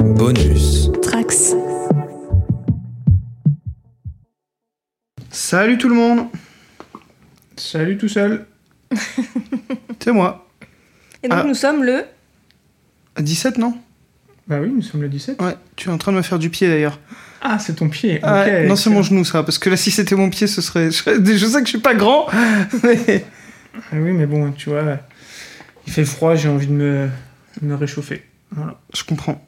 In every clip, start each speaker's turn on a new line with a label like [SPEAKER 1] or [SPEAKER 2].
[SPEAKER 1] Bonus.
[SPEAKER 2] Trax.
[SPEAKER 3] Salut tout le monde,
[SPEAKER 4] Salut tout seul.
[SPEAKER 3] c'est moi.
[SPEAKER 2] Et donc
[SPEAKER 3] Ah.
[SPEAKER 2] nous sommes le.
[SPEAKER 3] À 17 non
[SPEAKER 4] Bah oui, nous sommes le 17.
[SPEAKER 3] Ouais, tu es en train de me faire du pied d'ailleurs.
[SPEAKER 4] Ah, c'est ton pied. Ok.
[SPEAKER 3] Ah, non, c'est mon
[SPEAKER 4] excellent.
[SPEAKER 3] genou ça, parce que là si c'était mon pied ce serait... Je sais que je suis pas grand, mais...
[SPEAKER 4] Ah oui, mais bon, tu vois, il fait froid, j'ai envie de me, me réchauffer. Voilà.
[SPEAKER 3] Je comprends.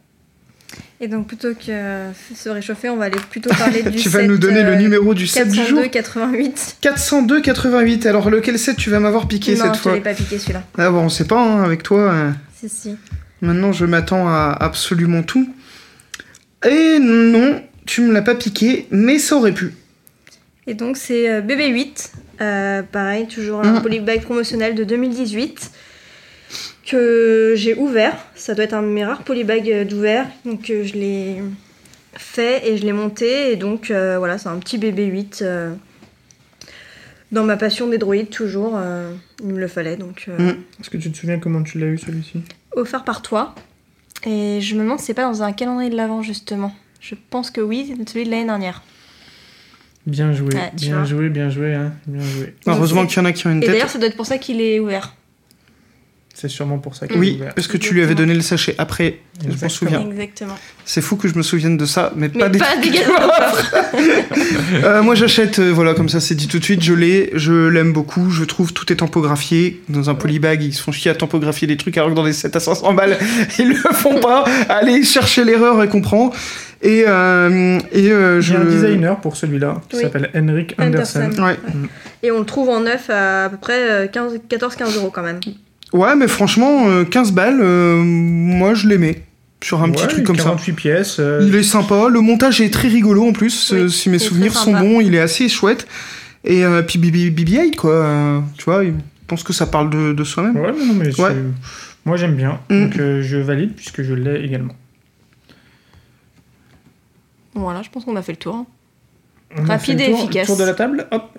[SPEAKER 2] Et donc plutôt que euh, se réchauffer, on va aller plutôt parler du.
[SPEAKER 3] tu vas
[SPEAKER 2] 7,
[SPEAKER 3] nous donner
[SPEAKER 2] euh,
[SPEAKER 3] le numéro du 7 du jour
[SPEAKER 2] 402 88.
[SPEAKER 3] 402 88, alors lequel 7 tu vas m'avoir piqué
[SPEAKER 2] non,
[SPEAKER 3] cette
[SPEAKER 2] je te
[SPEAKER 3] fois
[SPEAKER 2] l'ai pas piqué celui-là.
[SPEAKER 3] Ah bon, on sait pas, hein, avec toi... euh,
[SPEAKER 2] Si, si.
[SPEAKER 3] Maintenant, je m'attends à absolument tout. Et non, tu me l'as pas piqué, mais ça aurait pu.
[SPEAKER 2] Et donc c'est euh, BB8. euh, pareil, toujours
[SPEAKER 3] Mm.
[SPEAKER 2] un polybag promotionnel de 2018 que j'ai ouvert. Ça doit être un de mes rares polybags euh, d'ouvert. Donc euh, je l'ai fait et je l'ai monté. Et donc euh, voilà, c'est un petit BB8. euh, dans ma passion des droïdes, toujours, euh, il me le fallait. Donc, euh,
[SPEAKER 3] Mm.
[SPEAKER 4] Est-ce que tu te souviens comment tu l'as eu celui-ci
[SPEAKER 2] offert par toi. Et je me demande si c'est pas dans un calendrier de l'avant justement. Je pense que oui, c'est celui de l'année dernière.
[SPEAKER 4] Bien joué.
[SPEAKER 2] Ah, tu
[SPEAKER 4] bien
[SPEAKER 2] vois.
[SPEAKER 4] joué, bien joué, hein. Bien joué.
[SPEAKER 3] Heureusement
[SPEAKER 2] c'est-
[SPEAKER 3] qu'il y en a qui ont une
[SPEAKER 2] Et d'ailleurs,
[SPEAKER 3] tête.
[SPEAKER 2] ça doit être pour ça qu'il est ouvert.
[SPEAKER 4] C'est sûrement pour ça qu'il est
[SPEAKER 3] Oui,
[SPEAKER 4] ouvert.
[SPEAKER 3] parce que tu lui avais donné le sachet après, je m'en
[SPEAKER 4] Exactement.
[SPEAKER 3] souviens.
[SPEAKER 2] Exactement.
[SPEAKER 3] C'est fou que je me souvienne de ça, mais,
[SPEAKER 2] Mais
[SPEAKER 3] pas des
[SPEAKER 2] pas des
[SPEAKER 3] trucs.
[SPEAKER 2] gâteaux
[SPEAKER 3] Euh, moi j'achète, euh, voilà, comme ça c'est dit tout de suite, je l'ai, je l'aime beaucoup, je trouve tout est tampographié. Dans un polybag, ils se font chier à tampographier des trucs, alors que dans des 7 à 500 balles, ils le font pas. Allez chercher l'erreur et comprend. Et, euh, et euh, je.
[SPEAKER 4] J'ai un designer pour celui-là qui
[SPEAKER 2] Oui.
[SPEAKER 4] s'appelle Henrik Andersen.
[SPEAKER 2] Anderson.
[SPEAKER 3] Ouais.
[SPEAKER 2] Et on le trouve en neuf à, à peu près euh, 14-15 euros quand même.
[SPEAKER 3] Ouais, mais franchement, euh, 15 balles, euh, moi je l'aimais. Sur un petit
[SPEAKER 4] Ouais,
[SPEAKER 3] truc comme ça.
[SPEAKER 4] 48 pièces. euh,
[SPEAKER 3] Il est sympa, le montage est très rigolo en plus,
[SPEAKER 2] Oui,
[SPEAKER 3] euh, si
[SPEAKER 2] il
[SPEAKER 3] mes
[SPEAKER 2] est
[SPEAKER 3] souvenirs
[SPEAKER 2] très
[SPEAKER 3] sont
[SPEAKER 2] sympa.
[SPEAKER 3] bons, il est assez chouette. Et euh, puis BB BB-8, quoi, euh, tu vois, je pense que ça parle de, de soi-même.
[SPEAKER 4] Ouais, mais non, mais c'est-
[SPEAKER 3] Ouais.
[SPEAKER 4] moi j'aime bien.
[SPEAKER 3] Mm.
[SPEAKER 4] Donc euh, je valide puisque je l'ai également.
[SPEAKER 2] Voilà, je pense qu'on a fait le tour. hein.
[SPEAKER 4] On a
[SPEAKER 2] Rapide
[SPEAKER 4] fait
[SPEAKER 2] et
[SPEAKER 4] le tour- le
[SPEAKER 2] efficace.
[SPEAKER 4] Tour de la table, hop.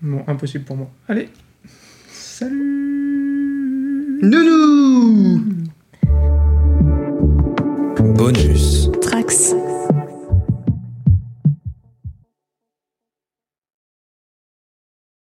[SPEAKER 4] Bon, impossible pour moi. Allez. Salut.
[SPEAKER 3] Nounou